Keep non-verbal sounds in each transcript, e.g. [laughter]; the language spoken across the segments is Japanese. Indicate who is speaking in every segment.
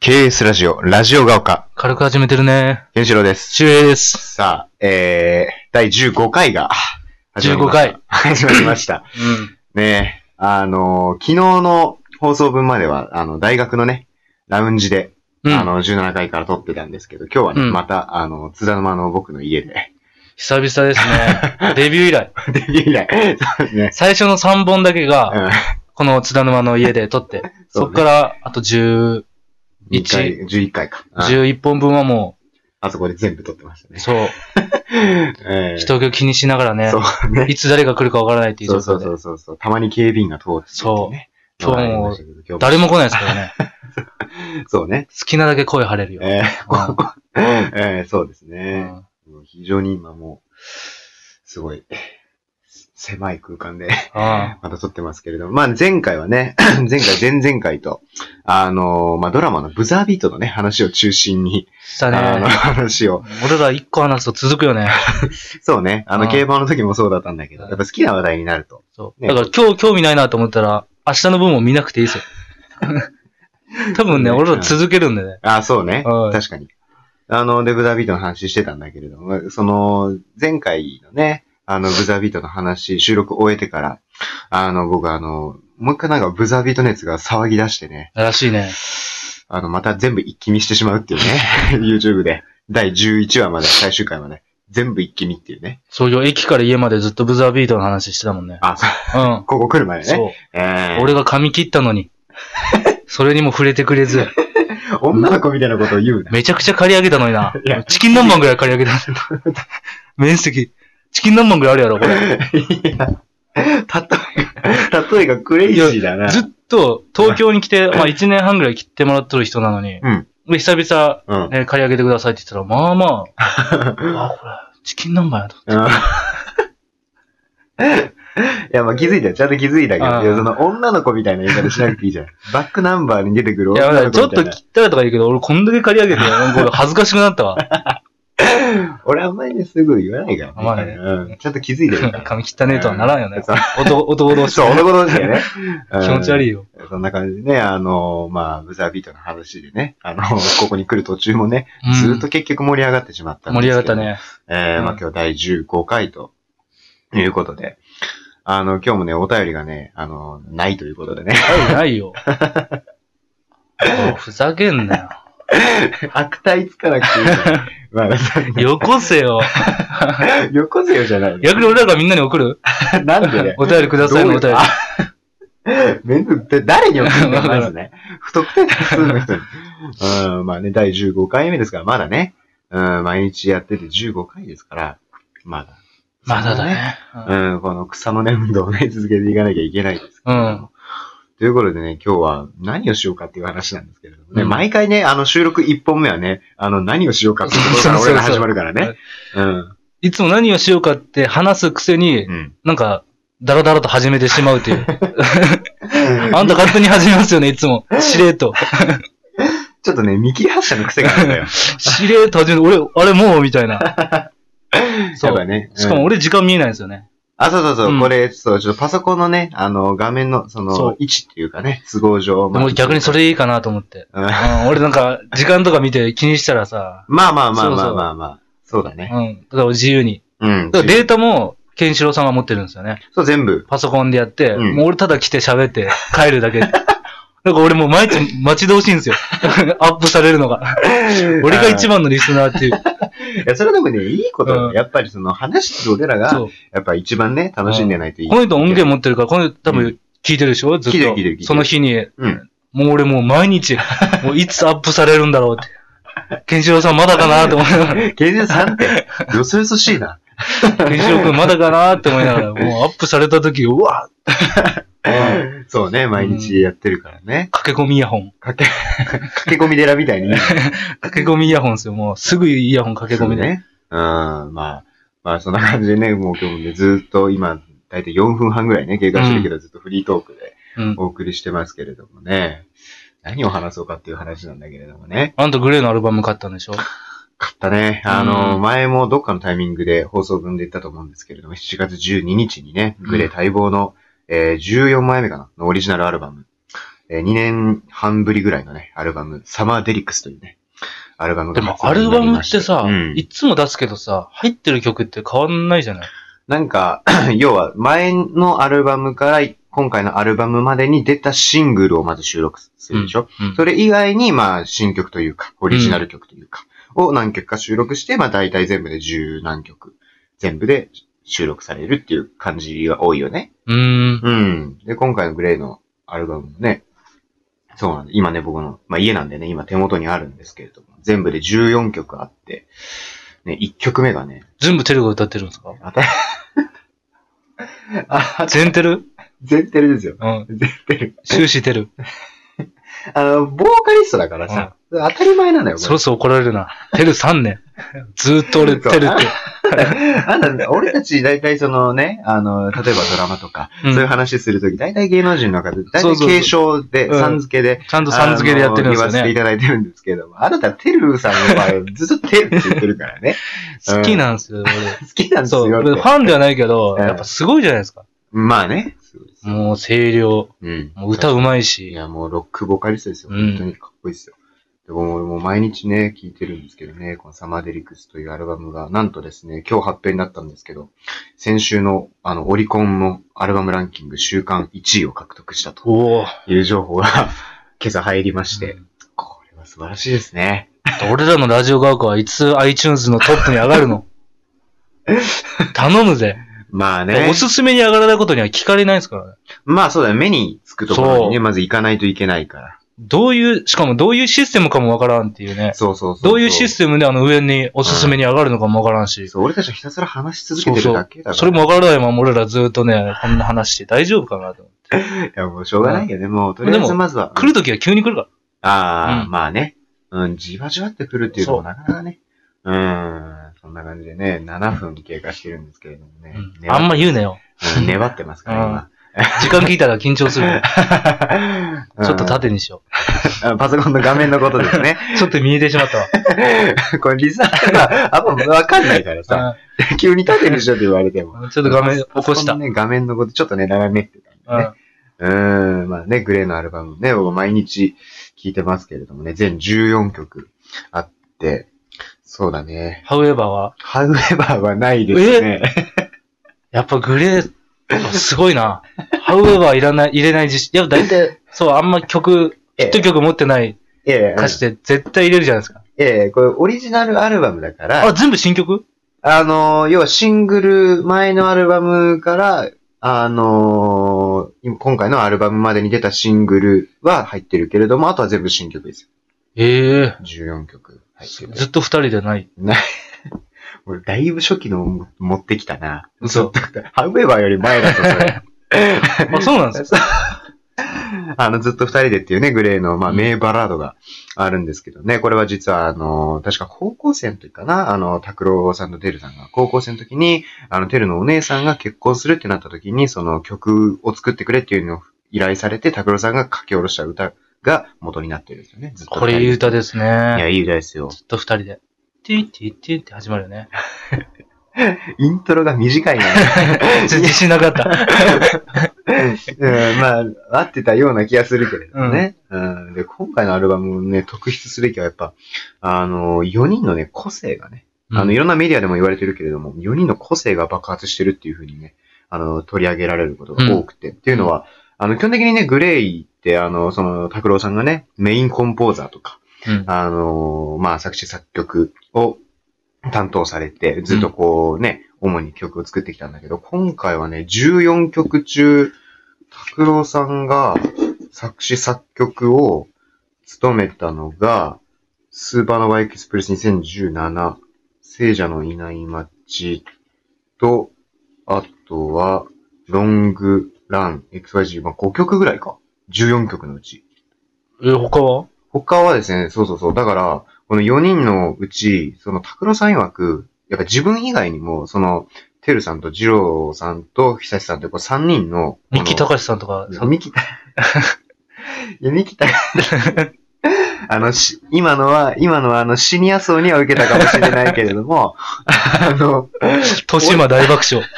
Speaker 1: KS ラジオ、ラジオが丘、
Speaker 2: 軽く始めてるね。
Speaker 1: ケンシロウです。
Speaker 2: シュウエイです。
Speaker 1: さあ、えー、第15回が、始まり
Speaker 2: 15
Speaker 1: ました
Speaker 2: 回。。
Speaker 1: 始まりま
Speaker 2: [laughs]
Speaker 1: した。
Speaker 2: うん。
Speaker 1: ねえ、あのー昨日の放送分までは、あの、大学のね、ラウンジで、
Speaker 2: うん。
Speaker 1: あの、17回から撮ってたんですけど、今日はね、
Speaker 2: うん
Speaker 1: また、あの、津田沼の僕の家で、 [laughs]
Speaker 2: 久々ですね。デビュー以来。
Speaker 1: デビュー以来、そう
Speaker 2: [laughs]
Speaker 1: ですね。
Speaker 2: 最初の3本だけ
Speaker 1: う
Speaker 2: が、
Speaker 1: ん
Speaker 2: この津田沼の家で撮って、
Speaker 1: そうね
Speaker 2: そっから、あと10、
Speaker 1: 2回、11回か。うん
Speaker 2: 11本分はも
Speaker 1: あそこで全部撮ってました
Speaker 2: う、
Speaker 1: ね。
Speaker 2: そう、
Speaker 1: えー
Speaker 2: 人気を気にしながらね
Speaker 1: そ、うね。
Speaker 2: いつ誰が来るかわからない [laughs] っていう
Speaker 1: そ
Speaker 2: 状
Speaker 1: うそう
Speaker 2: 況
Speaker 1: そ
Speaker 2: で。
Speaker 1: うそうそう。たまに警備員が通って
Speaker 2: そう
Speaker 1: 今
Speaker 2: 今日も
Speaker 1: 日も
Speaker 2: 誰も来ないですからね。
Speaker 1: そうね。
Speaker 2: 好きなだけ声張れるよ。
Speaker 1: えー
Speaker 2: [laughs] う
Speaker 1: こ
Speaker 2: ん
Speaker 1: こえーそうです
Speaker 2: う
Speaker 1: ね。
Speaker 2: ん
Speaker 1: もう非常に今もう、すごい、狭い空間で
Speaker 2: うん
Speaker 1: [laughs] また撮ってますけれども、まあ前回はね、 [coughs] 前回、前々回と、あのーまあドラマのブザービートのね、話を中心に、
Speaker 2: した
Speaker 1: あの
Speaker 2: ね。
Speaker 1: 話を、
Speaker 2: 俺ら1個話すと続くよね。
Speaker 1: そうね、あ
Speaker 2: う
Speaker 1: の
Speaker 2: ん
Speaker 1: 競馬の時もそうだったんだけど、やっぱ好きな話題になると。
Speaker 2: そう。
Speaker 1: ね
Speaker 2: だから今日興味ないなと思ったら、明日の分も見なくてい
Speaker 1: [laughs]
Speaker 2: いですよ。多分ね、
Speaker 1: そうね
Speaker 2: 俺ら続けるんでね。
Speaker 1: あ、そうね。
Speaker 2: はい
Speaker 1: 確かに。あの、で、ブザービートの話してたんだけれども、その、前回のね、あの、ブザービートの話、収録終えてから、あの、僕あの、もう一回なんかブザービート熱が騒ぎ出してね、
Speaker 2: らしいね。
Speaker 1: あの、また全部一気見してしまうっていうね、YouTube [laughs] で、第11話まで、最終回まで、全部一気見っていうね。
Speaker 2: そうよ、駅から家までずっとブザービートの話してたもんね。
Speaker 1: あ、そう、
Speaker 2: うん。
Speaker 1: ここ来るまでね。
Speaker 2: そう。
Speaker 1: えー
Speaker 2: 俺が髪切った
Speaker 1: [laughs]
Speaker 2: のに。それにも触れてくれず、
Speaker 1: 女の子 [laughs] みたいなことを言うな。
Speaker 2: めちゃくちゃ借り上げたのにな。
Speaker 1: いや
Speaker 2: チキン南蛮ぐらい借り上げた。 [laughs] 面積。チキン南蛮ぐらいあるやろ、これ。
Speaker 1: いや例えが、例えがクレイジーだな。
Speaker 2: ずっと東京に来て、まあ1年半ぐらい切ってもらっとる人なのに、
Speaker 1: うん
Speaker 2: で久々、
Speaker 1: うん。
Speaker 2: ね、借り上げてくださいって言ったら、まあ
Speaker 1: [laughs]
Speaker 2: まあ、あ、これ、チキン南蛮やと。
Speaker 1: うん [laughs] いや、まあ気づいたよ。ちゃんと気づいたけど、いや
Speaker 2: うん
Speaker 1: その女の子みたいな言い方しなくていい
Speaker 2: [laughs]
Speaker 1: じゃん。バックナンバーに出てくる
Speaker 2: いや、
Speaker 1: 女
Speaker 2: だか
Speaker 1: の
Speaker 2: らち
Speaker 1: 子
Speaker 2: ょっ
Speaker 1: みた
Speaker 2: と
Speaker 1: いな。
Speaker 2: 切ったらとか言うけど、俺こんだけ借り上げて、なんか俺恥ずかしくなったわ。
Speaker 1: 俺あんまりね、すぐ言わないから、
Speaker 2: まあね
Speaker 1: うん。ちゃんと気づいてるから。
Speaker 2: [laughs] 髪切ったねとはならんよね。 [laughs]
Speaker 1: そう
Speaker 2: 男、男同士
Speaker 1: そう、
Speaker 2: ね。
Speaker 1: 男同士でね。
Speaker 2: [laughs] 気持ち悪
Speaker 1: い。
Speaker 2: いよ。
Speaker 1: そんな感じでね、あの、まあ、ブザービートの話でね、あの、
Speaker 2: [laughs]
Speaker 1: ここに来る途中もね、ずーっと結局盛り上がってしまったん
Speaker 2: 盛
Speaker 1: です
Speaker 2: り
Speaker 1: け
Speaker 2: 上
Speaker 1: ど
Speaker 2: がったね。
Speaker 1: えー、ま
Speaker 2: う
Speaker 1: あ
Speaker 2: ん
Speaker 1: 今日第15回ということで、あの、今日もね、お便りがね、あの、ないということでね。
Speaker 2: な
Speaker 1: [laughs]
Speaker 2: いよ。おいふざけんな
Speaker 1: [laughs] 悪態つかなく
Speaker 2: [laughs]
Speaker 1: ていいから。ま
Speaker 2: よ。よこせよ。
Speaker 1: あ、 [laughs] よこせよじゃないの。
Speaker 2: 逆に俺らがみんなに送る
Speaker 1: なんでね。
Speaker 2: お便りくださいのお
Speaker 1: どう
Speaker 2: 便
Speaker 1: う
Speaker 2: り。
Speaker 1: あめんどって誰に送るの
Speaker 2: わからん
Speaker 1: まず
Speaker 2: [laughs]
Speaker 1: ね。不特定多数の人に。うん、まあね、第15回目ですから、まだね。うん、毎日やってて15回ですから、まだ。
Speaker 2: まだだ。ね。
Speaker 1: うん、この草の根運動をね、続けていかなきゃいけないですけれども
Speaker 2: うん
Speaker 1: ということでね、今日は何をしようかっていう話なんですけれどもね、
Speaker 2: うん
Speaker 1: 毎回ね、あの収録1本目はね、あの何をしようかっていうところから
Speaker 2: そうそうそう
Speaker 1: 俺ら始まるからね。うん。
Speaker 2: いつも何をしようかって話すくせに
Speaker 1: う、ん。
Speaker 2: なんか、だらだらと始めてしまうという。あんた勝手に始めますよね、いつも。しれーと。
Speaker 1: ちょっとね、見切り発車の癖があるんだよ。
Speaker 2: しれーと始める。俺、あれもうみたいな。 [laughs] そ
Speaker 1: やっぱ
Speaker 2: う。
Speaker 1: ね。うん
Speaker 2: しかも俺時間見えないんですよね。
Speaker 1: あ、そうそうそう、
Speaker 2: うん
Speaker 1: これ、そう、ちょっとパソコンのね、あの、画面の、そ
Speaker 2: そ
Speaker 1: の
Speaker 2: う、
Speaker 1: 位置っていうかね、都合上。
Speaker 2: でも逆にそれいいかなと思って。
Speaker 1: うん
Speaker 2: うん、俺なんか、時間とか見て気にしたらさ、
Speaker 1: まあまあまあ
Speaker 2: そう
Speaker 1: ま
Speaker 2: そ
Speaker 1: あ
Speaker 2: う
Speaker 1: まあまあ。そうだ
Speaker 2: うん、
Speaker 1: ね。
Speaker 2: だから自由に。
Speaker 1: うん。
Speaker 2: だからデータも、ケンシロウさんが持ってるんですよね。
Speaker 1: そう、全部。
Speaker 2: パソコンでやって、
Speaker 1: うん
Speaker 2: もう俺ただ来て喋って、帰るだけ。だ [laughs] から俺もう毎日待ち遠しいんですよ。 [laughs] アップされるのが。俺が一番のリスナーっていう。
Speaker 1: うん。いや、それでもね、いいことだよ
Speaker 2: うん
Speaker 1: やっぱりその、話してる俺らが、
Speaker 2: そう。
Speaker 1: やっぱ一番ね、楽しんでないといい。
Speaker 2: この人音源
Speaker 1: も。
Speaker 2: 持ってるから、この人多
Speaker 1: う
Speaker 2: 分聞いてるでしょずっと。
Speaker 1: 聞いてる聞いてる聞いてる
Speaker 2: その日に、
Speaker 1: うん。
Speaker 2: もう俺もう毎日、もういつアップされるんだろうって。ケンシロウさんまだかなと思いな
Speaker 1: [laughs]
Speaker 2: がら。
Speaker 1: 芸人さんって、よそよそしいな。
Speaker 2: ケンシロウ君まだかなって思いながら、もうアップされた時、うわ
Speaker 1: そうね、毎日やってるからね。
Speaker 2: 駆け込みイヤホン。
Speaker 1: かけ、駆け込み寺みたいにね。
Speaker 2: 駆け込みイヤホンですよ。もうすぐイヤホン駆け込みで。
Speaker 1: ね。うん、まあ、まあそんな感じでね、もう今日もね、ずっと今、だいたい4分半ぐらいね、経過してるけど、ずっとフリートークで
Speaker 2: うん。
Speaker 1: お送りしてますけれどもね。何を話そうかっていう話なんだけれどもね。
Speaker 2: あんたグレーのアルバム買ったんでしょ
Speaker 1: 買ったね。あ
Speaker 2: う
Speaker 1: の、
Speaker 2: ん
Speaker 1: 前もどっかのタイミングで放送分で言ったと思うんですけれども、7月12日にね、グレー待望の、えー14枚目かな、のオリジナルアルバム、え2年半ぶりぐらいのね、アルバム、サマーデリックスというね、アルバム
Speaker 2: で
Speaker 1: が
Speaker 2: も
Speaker 1: 発
Speaker 2: ア
Speaker 1: 売
Speaker 2: ル
Speaker 1: にな
Speaker 2: バ
Speaker 1: り
Speaker 2: ム
Speaker 1: ま
Speaker 2: っ
Speaker 1: して
Speaker 2: てさ、
Speaker 1: うん
Speaker 2: いつも出すけどさ、入ってる曲って変わんないじゃない
Speaker 1: なんか、 [clears throat] 要は前のアルバムから今回のアルバムまでに出たシングルをまず収録するでしょ、
Speaker 2: うん
Speaker 1: それ以外に、まあ、新曲というか、オリジナル曲というか、を何曲か収録して、まあ、大体全部で十何曲、全部で収録されるっていう感じが多いよね。
Speaker 2: うん。
Speaker 1: うん。で、今回のグレイのアルバムもね、そうなんで、今ね、僕の、まあ家なんでね、今手元にあるんですけれども、全部で14曲あって、ね、1曲目がね、 [laughs]
Speaker 2: 全部テルが歌ってるんですか
Speaker 1: あた、あ、
Speaker 2: 全テル
Speaker 1: 全テレですよ。
Speaker 2: うん。
Speaker 1: 全テレ。
Speaker 2: 終始テル。
Speaker 1: あの、ボーカリストだからさ、当たり前なのよ、こ
Speaker 2: そろそろ怒られるな。テル3年。
Speaker 1: [laughs]
Speaker 2: ずーっと俺、テルって。
Speaker 1: れ。 [laughs] あんたね、俺たち大体そのね、あの、例えばドラマとか、
Speaker 2: うん
Speaker 1: そういう話するとき、大体芸能人の方、大
Speaker 2: そう
Speaker 1: 体
Speaker 2: そうそう
Speaker 1: 継承で、
Speaker 2: うん
Speaker 1: さん付けで、
Speaker 2: ちゃんとさん付けでやってるんです
Speaker 1: あ
Speaker 2: よ
Speaker 1: の言わせてい
Speaker 2: ね。
Speaker 1: ただいてるんですけども、あなた、テルさんの場合、ずっとテルって言ってるからね。
Speaker 2: 好きなんですよ、
Speaker 1: [laughs] 好きなん
Speaker 2: 俺。
Speaker 1: です
Speaker 2: そう。
Speaker 1: よ
Speaker 2: 俺フ
Speaker 1: って。
Speaker 2: ァンではないけど、
Speaker 1: うん
Speaker 2: やっぱすごいじゃないですか。
Speaker 1: まあね。そうです
Speaker 2: もう声量、
Speaker 1: うん。
Speaker 2: もう歌うまい
Speaker 1: い
Speaker 2: し。
Speaker 1: や、もうロックボーカリストですよ。
Speaker 2: うん
Speaker 1: 本当にかっこいいですよ。でも、もう毎日ね、聴いてるんですけどね、このサマーデリックスというアルバムが、なんとですね、今日発表になったんですけど、先週の、あの、オリコンのアルバムランキング週間1位を獲得したと
Speaker 2: おお。
Speaker 1: いう情報が、 [laughs] 今朝入りまして、
Speaker 2: うん
Speaker 1: これは素晴らしいですね。
Speaker 2: 俺らのラジオ学校はいつ iTunes のトップに上がる
Speaker 1: [laughs]
Speaker 2: の頼むぜ。
Speaker 1: まあね
Speaker 2: お。すすめに上がらないことには聞かれないですからね。
Speaker 1: まあそうだね、目につくところに
Speaker 2: そ
Speaker 1: ね、まず行かないといけないから。
Speaker 2: どういう、しかもどういうシステムかもわからんっていうね。
Speaker 1: そうそうそうそう。
Speaker 2: どういうシス
Speaker 1: テ
Speaker 2: テムであの上におすすめに上がるのかもわからんし。
Speaker 1: そう、俺たちはひたすら話し続けてるだけだから。
Speaker 2: それもわからないまま俺らずっとね、こんな話して大丈夫かなと思って。
Speaker 1: いや、もうしょうがないよね。もう、とりあえ
Speaker 2: で
Speaker 1: ず
Speaker 2: も
Speaker 1: まずは。
Speaker 2: 来るときは急に来るか
Speaker 1: ああ、
Speaker 2: うん
Speaker 1: まあね。うん、じわじわってくるっていうの
Speaker 2: そ
Speaker 1: も
Speaker 2: う
Speaker 1: なかなかね。うん、そんな感じでね、7分経過してるんですけれどもね
Speaker 2: ら。うん。あんま言うなよ。
Speaker 1: 粘うん粘ってますから、
Speaker 2: [laughs]
Speaker 1: 今。
Speaker 2: 時間聞いたら緊張するよ。ちょっと
Speaker 1: 立
Speaker 2: 縦にしよ
Speaker 1: て、パソコンの画面のことです
Speaker 2: [laughs]
Speaker 1: ね。
Speaker 2: う。ちょっと見えてしまっ
Speaker 1: [laughs]
Speaker 2: たわ。
Speaker 1: これリサーがあんまわかんないからさ、急に縦にしろって言われても。
Speaker 2: うんちょっと画面起こし
Speaker 1: パソ
Speaker 2: た。
Speaker 1: コン
Speaker 2: う
Speaker 1: のね、画面のことちょっとね、斜めってたんでね。
Speaker 2: ん
Speaker 1: うーん、まあね、グレーのアルバムね、僕毎日聴いてますけれどもね、全14曲あって、そうだね。
Speaker 2: ハウエバーは、
Speaker 1: ハウエバーはないですね。
Speaker 2: やっぱグレー、すごいな。ハウエバーいらない、入れない自信。いや、大体、そう、あんま曲、ヒット曲持ってない
Speaker 1: ええ、
Speaker 2: 歌詞で絶対入れるじゃないですか。
Speaker 1: ええ、これオリジナルアルバムだから、
Speaker 2: あ、
Speaker 1: あ、
Speaker 2: 全部新曲
Speaker 1: のー、要はシングル前のアルバムから、あのー今今回のアルバムまでに出たシングルは入ってるけれども、あとは全部新曲ですよ。
Speaker 2: ええ。
Speaker 1: 14曲入ってる。
Speaker 2: ずっと二人でない。
Speaker 1: 俺だいぶ初期のも持ってきたな。
Speaker 2: 嘘。
Speaker 1: ハウエバーより前だとそれ。
Speaker 2: あ、そうなん [laughs] ですか。
Speaker 1: [laughs] あの、ずっと二人でっていうね、グレーの、まあ、
Speaker 2: うん
Speaker 1: 名バラードがあるんですけどね、これは実は、あの、確か高校生の時かな、あの、拓郎さんとテルさんが、高校生の時に、あの、テルのお姉さんが結婚するってなった時に、その曲を作ってくれっていうのを依頼されて、拓郎さんが書き下ろした歌が元になってるんですよね、ずっと。
Speaker 2: これいい歌
Speaker 1: で。
Speaker 2: です
Speaker 1: いや、
Speaker 2: ね。
Speaker 1: いい歌ですよ。
Speaker 2: ずっと二人で。ティーティーティーって始まるよね。
Speaker 1: イントロが短いな。
Speaker 2: 全然自信なか [laughs] った。
Speaker 1: [laughs] うんまあ、合ってたような気がするけれどもね。うんで今回のアルバムをね、特筆すべきはやっぱ、あの、4人のね、個性がね、あの、いろんなメディアでも言われてるけれども、4人の個性が爆発してるっていうふうにね、あの、取り上げられることが多くて。っていうのは、あの、基本的にね、グレイって、あの、その、拓郎さんがね、メインコンポーザーとか、
Speaker 2: うん
Speaker 1: あの、まあ、作詞作曲を担当されて、ずっとこうね、主に曲を作ってきたんだけど、今回はね、14曲中、拓郎さんが作詞作曲を務めたのが、スーパーノヴァエクスプレス2017、聖者のいない街と、あとは、ロングラン、XYG、まあ、5曲ぐらいか。14曲のうち。
Speaker 2: え、他は
Speaker 1: 他はですね、そうそうそう。だから、この4人のうち、その、拓郎さん曰く、やっぱ自分以外にも、その、てるさんと二郎さんと久志さんって、こう3人の。
Speaker 2: ミッキー
Speaker 1: この
Speaker 2: 高橋さんとか、
Speaker 1: ミキタ。 [laughs] いや、ミ
Speaker 2: [laughs]
Speaker 1: キタ。あの、し、今のは、今のはあの、シニア層には受けたかもしれないけれど
Speaker 2: [laughs]
Speaker 1: も、あの、
Speaker 2: 豊島大爆笑。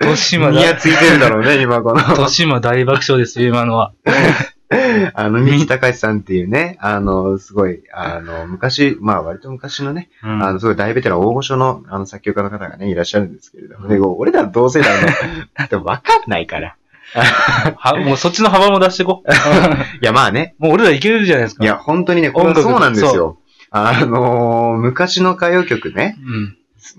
Speaker 2: 豊島
Speaker 1: ニヤ
Speaker 2: だ、
Speaker 1: ついてるだろうね、今この。
Speaker 2: 豊島大爆笑ですよ、今のは。
Speaker 1: [laughs] あの、三木隆さんっていうね、あの、すごい、あの、昔、まあ割と昔のね、
Speaker 2: うん
Speaker 1: あの、すごい大ベテラン大御所の、あの、作曲家の方がね、いらっしゃるんですけれどもね、こう俺ら同世代
Speaker 2: [laughs]
Speaker 1: の、だってわかんないから。
Speaker 2: はもうそっちの幅も出してい
Speaker 1: [laughs]
Speaker 2: こう。
Speaker 1: いや、まあね、
Speaker 2: もう俺らいけるじゃないですか。
Speaker 1: いや、本当にね、これは
Speaker 2: 音楽
Speaker 1: そうなんですよ。あのー昔の歌謡曲ね、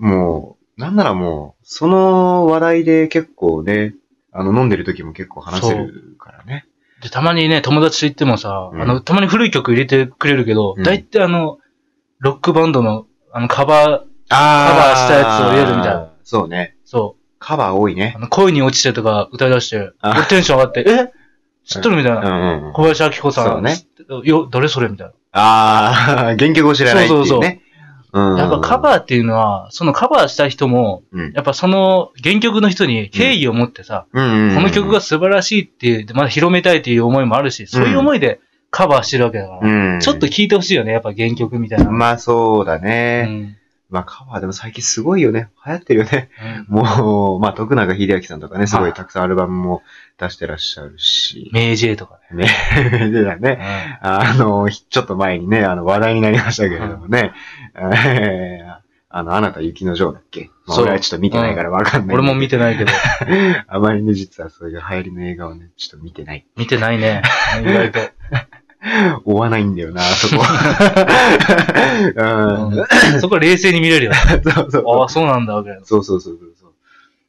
Speaker 2: うん。
Speaker 1: もう、なんならもう、その話題で結構ね、あの、飲んでる時も結構話せるからね。
Speaker 2: で、たまにね、友達と行ってもさ、
Speaker 1: うん
Speaker 2: あの、たまに古い曲入れてくれるけど
Speaker 1: う、ん
Speaker 2: 大体あの、ロックバンドの、あの、カバ
Speaker 1: あ
Speaker 2: ー、カバーしたやつを入れるみたいな。
Speaker 1: そうね。
Speaker 2: そ、
Speaker 1: カバー多いうね
Speaker 2: あ。の、恋に落ちてとか歌い出して、
Speaker 1: あ
Speaker 2: 俺テンション上
Speaker 1: [laughs]
Speaker 2: がって、え知っとるみたい
Speaker 1: うん
Speaker 2: な。
Speaker 1: うんうん。
Speaker 2: 小林明子さ、
Speaker 1: そうんね
Speaker 2: 知ってよ、誰それみたい
Speaker 1: あー、原 [laughs] 曲を知らないっていうね。
Speaker 2: そうそう
Speaker 1: うん
Speaker 2: な。やっぱカ
Speaker 1: ー、
Speaker 2: バーっていうのは、そのカバーした人も、
Speaker 1: うん
Speaker 2: やっぱその原曲の人に敬意を持ってさ、
Speaker 1: うんうんうん
Speaker 2: この曲が、素晴らしいっていう、でまだ広めたいっていう思いもあるし、そういう思いでカバーしてるわけだから。
Speaker 1: うん、
Speaker 2: ちょっと聴いてほしいよね、やっぱ原曲みたいな。
Speaker 1: まあそうだ
Speaker 2: う
Speaker 1: ね。
Speaker 2: ん
Speaker 1: まあカバーでも最近すごいよね。流行ってるよね。 [laughs]
Speaker 2: うん
Speaker 1: もう、まあ徳永秀明さんとかね、すご
Speaker 2: はいい
Speaker 1: たくさんアルバムも出してらっしゃるし。
Speaker 2: メイジェイとか
Speaker 1: ね。 [laughs] でだね。
Speaker 2: ね。
Speaker 1: あの、ひちょっと前にね、あの、話題になりましたけれどもね。 [laughs] えーあの、あなた雪の女王だっけ、まあ、
Speaker 2: そう
Speaker 1: 俺はちょっと見てないからわかんない、
Speaker 2: 俺も見
Speaker 1: [laughs]
Speaker 2: てないけど、
Speaker 1: あまりね、実はそういう流行りの映画をね、ちょっと見てない。
Speaker 2: 見てないね。意外と。
Speaker 1: [laughs] 追わないんだよな、あそこ。 [laughs] うん
Speaker 2: うんそこは冷静に見
Speaker 1: [laughs]
Speaker 2: れるよね。
Speaker 1: そうそう
Speaker 2: ああ、そうなんだ、ぐらいの。
Speaker 1: そうそうそうそうそう。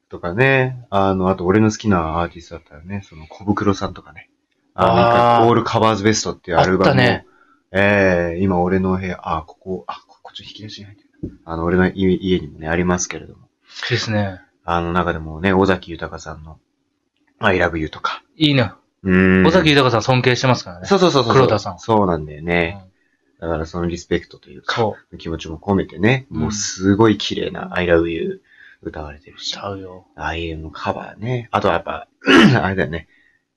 Speaker 1: とかね、あの、あと俺の好きなアーティストだったらね、その小袋さんとかね。あ
Speaker 2: あー
Speaker 1: の、オールカバーズベストっていうアルバムを。
Speaker 2: あったね
Speaker 1: ええ今俺の部屋、あ、ここ、あ、ここちょっと引き出しに入ってる。あの、俺の家家にもね、ありますけれども。
Speaker 2: ですね。
Speaker 1: あの中でもね、尾崎豊さんの、I love you とか。
Speaker 2: いいな。
Speaker 1: うーん。
Speaker 2: 尾崎豊さん尊敬してますからね。
Speaker 1: そうそうそうそう。
Speaker 2: 黒田さん
Speaker 1: そうなんだよ
Speaker 2: う
Speaker 1: ね。
Speaker 2: ん
Speaker 1: だからそのリスペクトというか、
Speaker 2: そう。
Speaker 1: 気持ちも込めてね、
Speaker 2: うん
Speaker 1: もうすごい綺麗な I love you 歌われてるし。
Speaker 2: 歌うよ。
Speaker 1: IM のカバーね。あとはやっぱ、 [clears throat] あれだよね。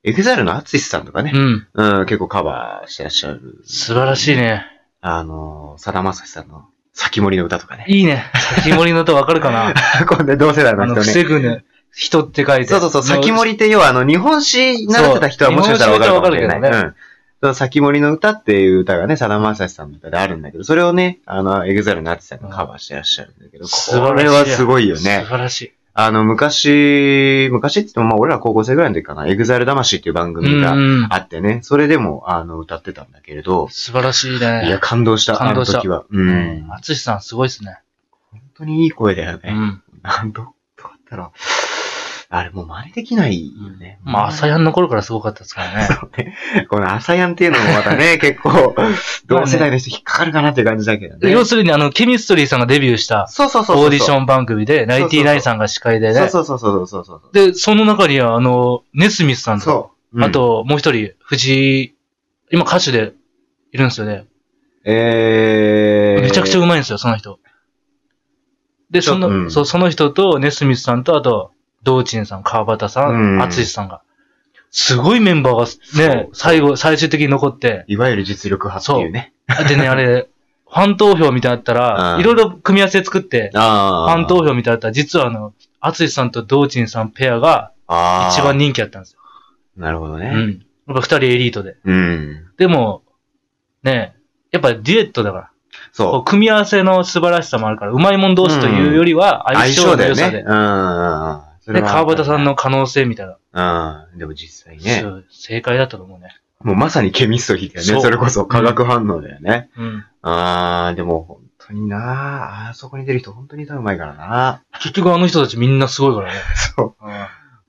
Speaker 1: EXILE のアツシさんとか
Speaker 2: う
Speaker 1: ね、
Speaker 2: ん。
Speaker 1: うん、結構カバーしてらっしゃる。
Speaker 2: 素晴らしいね。
Speaker 1: あの、さだまさしさんの先森の歌とかね。
Speaker 2: いいね。先森の歌わかるかな
Speaker 1: [laughs] これね、同世代
Speaker 2: あ
Speaker 1: の
Speaker 2: の、
Speaker 1: 人ね。
Speaker 2: 防ぐね。人って書いて。
Speaker 1: そうそうそう、先森って要はあの、日本史習ってた人は
Speaker 2: そう
Speaker 1: もしかしたらわかるかもしれない。
Speaker 2: 日本史の歌わか
Speaker 1: うん。その先森の歌っていう歌がね、さだまさしさんの歌であるんだけど、それをね、あの、EXILE のアツシさんがカバーしてらっしゃるんだけど、
Speaker 2: 素
Speaker 1: こ
Speaker 2: 晴らしい
Speaker 1: れはすごいよね。
Speaker 2: 素晴らしい。
Speaker 1: あの、昔、昔って言っても、まあ、俺ら高校生ぐらいの時かな、エグザイル魂っていう番
Speaker 2: う
Speaker 1: 組
Speaker 2: ん
Speaker 1: が
Speaker 2: うん。
Speaker 1: あってね、それでも、あの、歌ってたんだけれど、
Speaker 2: 素晴らしい
Speaker 1: いや、
Speaker 2: ね。
Speaker 1: 感動した、
Speaker 2: 感動した
Speaker 1: あの時は。うん。本
Speaker 2: 淳さんすごいっすね。
Speaker 1: 当にいい声だよ
Speaker 2: う
Speaker 1: ね。
Speaker 2: ん。
Speaker 1: なん、ど、どうやったら、あれもう真似できないよね。
Speaker 2: まあ、朝やんの頃からすごかったですからね。
Speaker 1: [laughs] この朝やんっていうのもまた
Speaker 2: [laughs]
Speaker 1: ね、結構、同世代の人引っかかるかなっていう感じだけどね。
Speaker 2: 要するに、あの、ケミストリーさんがデビューした
Speaker 1: そうそうそうそう。
Speaker 2: オーディシ
Speaker 1: ン
Speaker 2: ョン番組で、ナイティナインさんが司会で
Speaker 1: そう
Speaker 2: ね。
Speaker 1: そうそうそうそうそうそう。
Speaker 2: で、その中には、あの、ネスミスさんと、
Speaker 1: そう。うん
Speaker 2: あ、と、もう一人、藤井、今歌手でいるんですよね。
Speaker 1: えー。
Speaker 2: めちゃくちゃうまいんですよ、その人。で、そ
Speaker 1: ちょ
Speaker 2: の、
Speaker 1: っとうん
Speaker 2: そうその人と、ネスミスさんと、あと、道珍さん、川端さ、
Speaker 1: うんん
Speaker 2: 淳、さんが。すごいメンバーが、
Speaker 1: そ
Speaker 2: ね
Speaker 1: う、
Speaker 2: 最後、最終的に残って、
Speaker 1: いわゆる実力派っていうね。
Speaker 2: でね、あ
Speaker 1: [laughs]
Speaker 2: れ、ファン投票みたいなのあったら
Speaker 1: う、ん
Speaker 2: いろいろ組み合わせ作って、フ
Speaker 1: あ
Speaker 2: ァン投票みたいだったら、実はあの、アツシさんとドーチンさんペアが
Speaker 1: ああ。
Speaker 2: 一番人気だったんですよ。
Speaker 1: なるほど
Speaker 2: う
Speaker 1: ね。
Speaker 2: ん。やっぱ二人エリートで。
Speaker 1: うん。
Speaker 2: でも、ねやっぱデュエットだから。こう
Speaker 1: そう。
Speaker 2: 組み合わせの素晴らしさもあるから、うまいもん同士というよりは相
Speaker 1: 相
Speaker 2: 性
Speaker 1: 性
Speaker 2: の
Speaker 1: だ
Speaker 2: 良
Speaker 1: よ
Speaker 2: さ
Speaker 1: ね。
Speaker 2: で。
Speaker 1: うんうん。そ
Speaker 2: で、
Speaker 1: れは
Speaker 2: 川端さんの可能性みたいな。
Speaker 1: うん。でも実際ね
Speaker 2: そ。う正解だったと思うね。
Speaker 1: もうまさにケミストリーだよ
Speaker 2: そ
Speaker 1: ね。
Speaker 2: う
Speaker 1: それこそ化学反応だよね。
Speaker 2: うん。
Speaker 1: ああ、でも本当になあ、あそこに出る人本当に歌うまいからな。
Speaker 2: 結局あの人たちみんなすごいからね。
Speaker 1: そう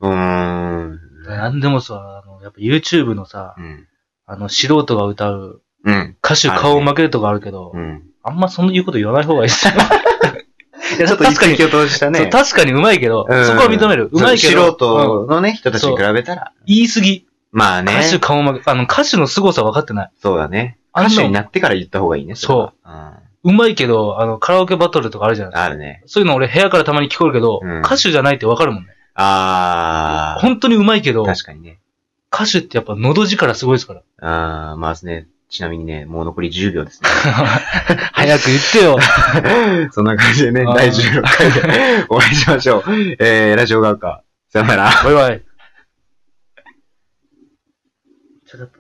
Speaker 1: う。うーん。
Speaker 2: ん。なんでもさ、あの、やっぱ YouTube のさ、
Speaker 1: うん。
Speaker 2: あの、素人が歌う
Speaker 1: うん。
Speaker 2: 歌手顔負けるとかあるけど、
Speaker 1: うん。
Speaker 2: あんまその言うこと言わない方がいいっすよ。いや、
Speaker 1: ちょっと
Speaker 2: 確かに、
Speaker 1: 一石を通した
Speaker 2: そう
Speaker 1: ね。
Speaker 2: 確かにうまいけど、
Speaker 1: うん
Speaker 2: そこは認める。うまいけど、
Speaker 1: 素人のね、人たちに比べたら。
Speaker 2: 言い過ぎ。
Speaker 1: まあね。
Speaker 2: 歌手顔負け、あの、歌手の凄さ分かってない。
Speaker 1: そうだね。
Speaker 2: あの
Speaker 1: 歌手になってから言った方がいいね。う。うん。
Speaker 2: うまいけど、あの、カラオケバトルとかあるじゃないですか。
Speaker 1: あるね。
Speaker 2: そういうの俺部屋からたまに聞こえるけど、
Speaker 1: うん
Speaker 2: 歌手じゃないって分かるもんね。
Speaker 1: ああ。
Speaker 2: 本当にうまいけど、
Speaker 1: 確かにね。
Speaker 2: 歌手ってやっぱ喉力すごいですから。
Speaker 1: あー、まあですね。ちなみにね、もう残り10秒
Speaker 2: [laughs]
Speaker 1: ですね。
Speaker 2: 早く言って [laughs] よ。
Speaker 1: そんな感じでね、
Speaker 2: あー
Speaker 1: 第16回でお会いしましょう。えー、ラジオ学科
Speaker 2: さよなら。
Speaker 1: バイバイ。
Speaker 2: ちょっと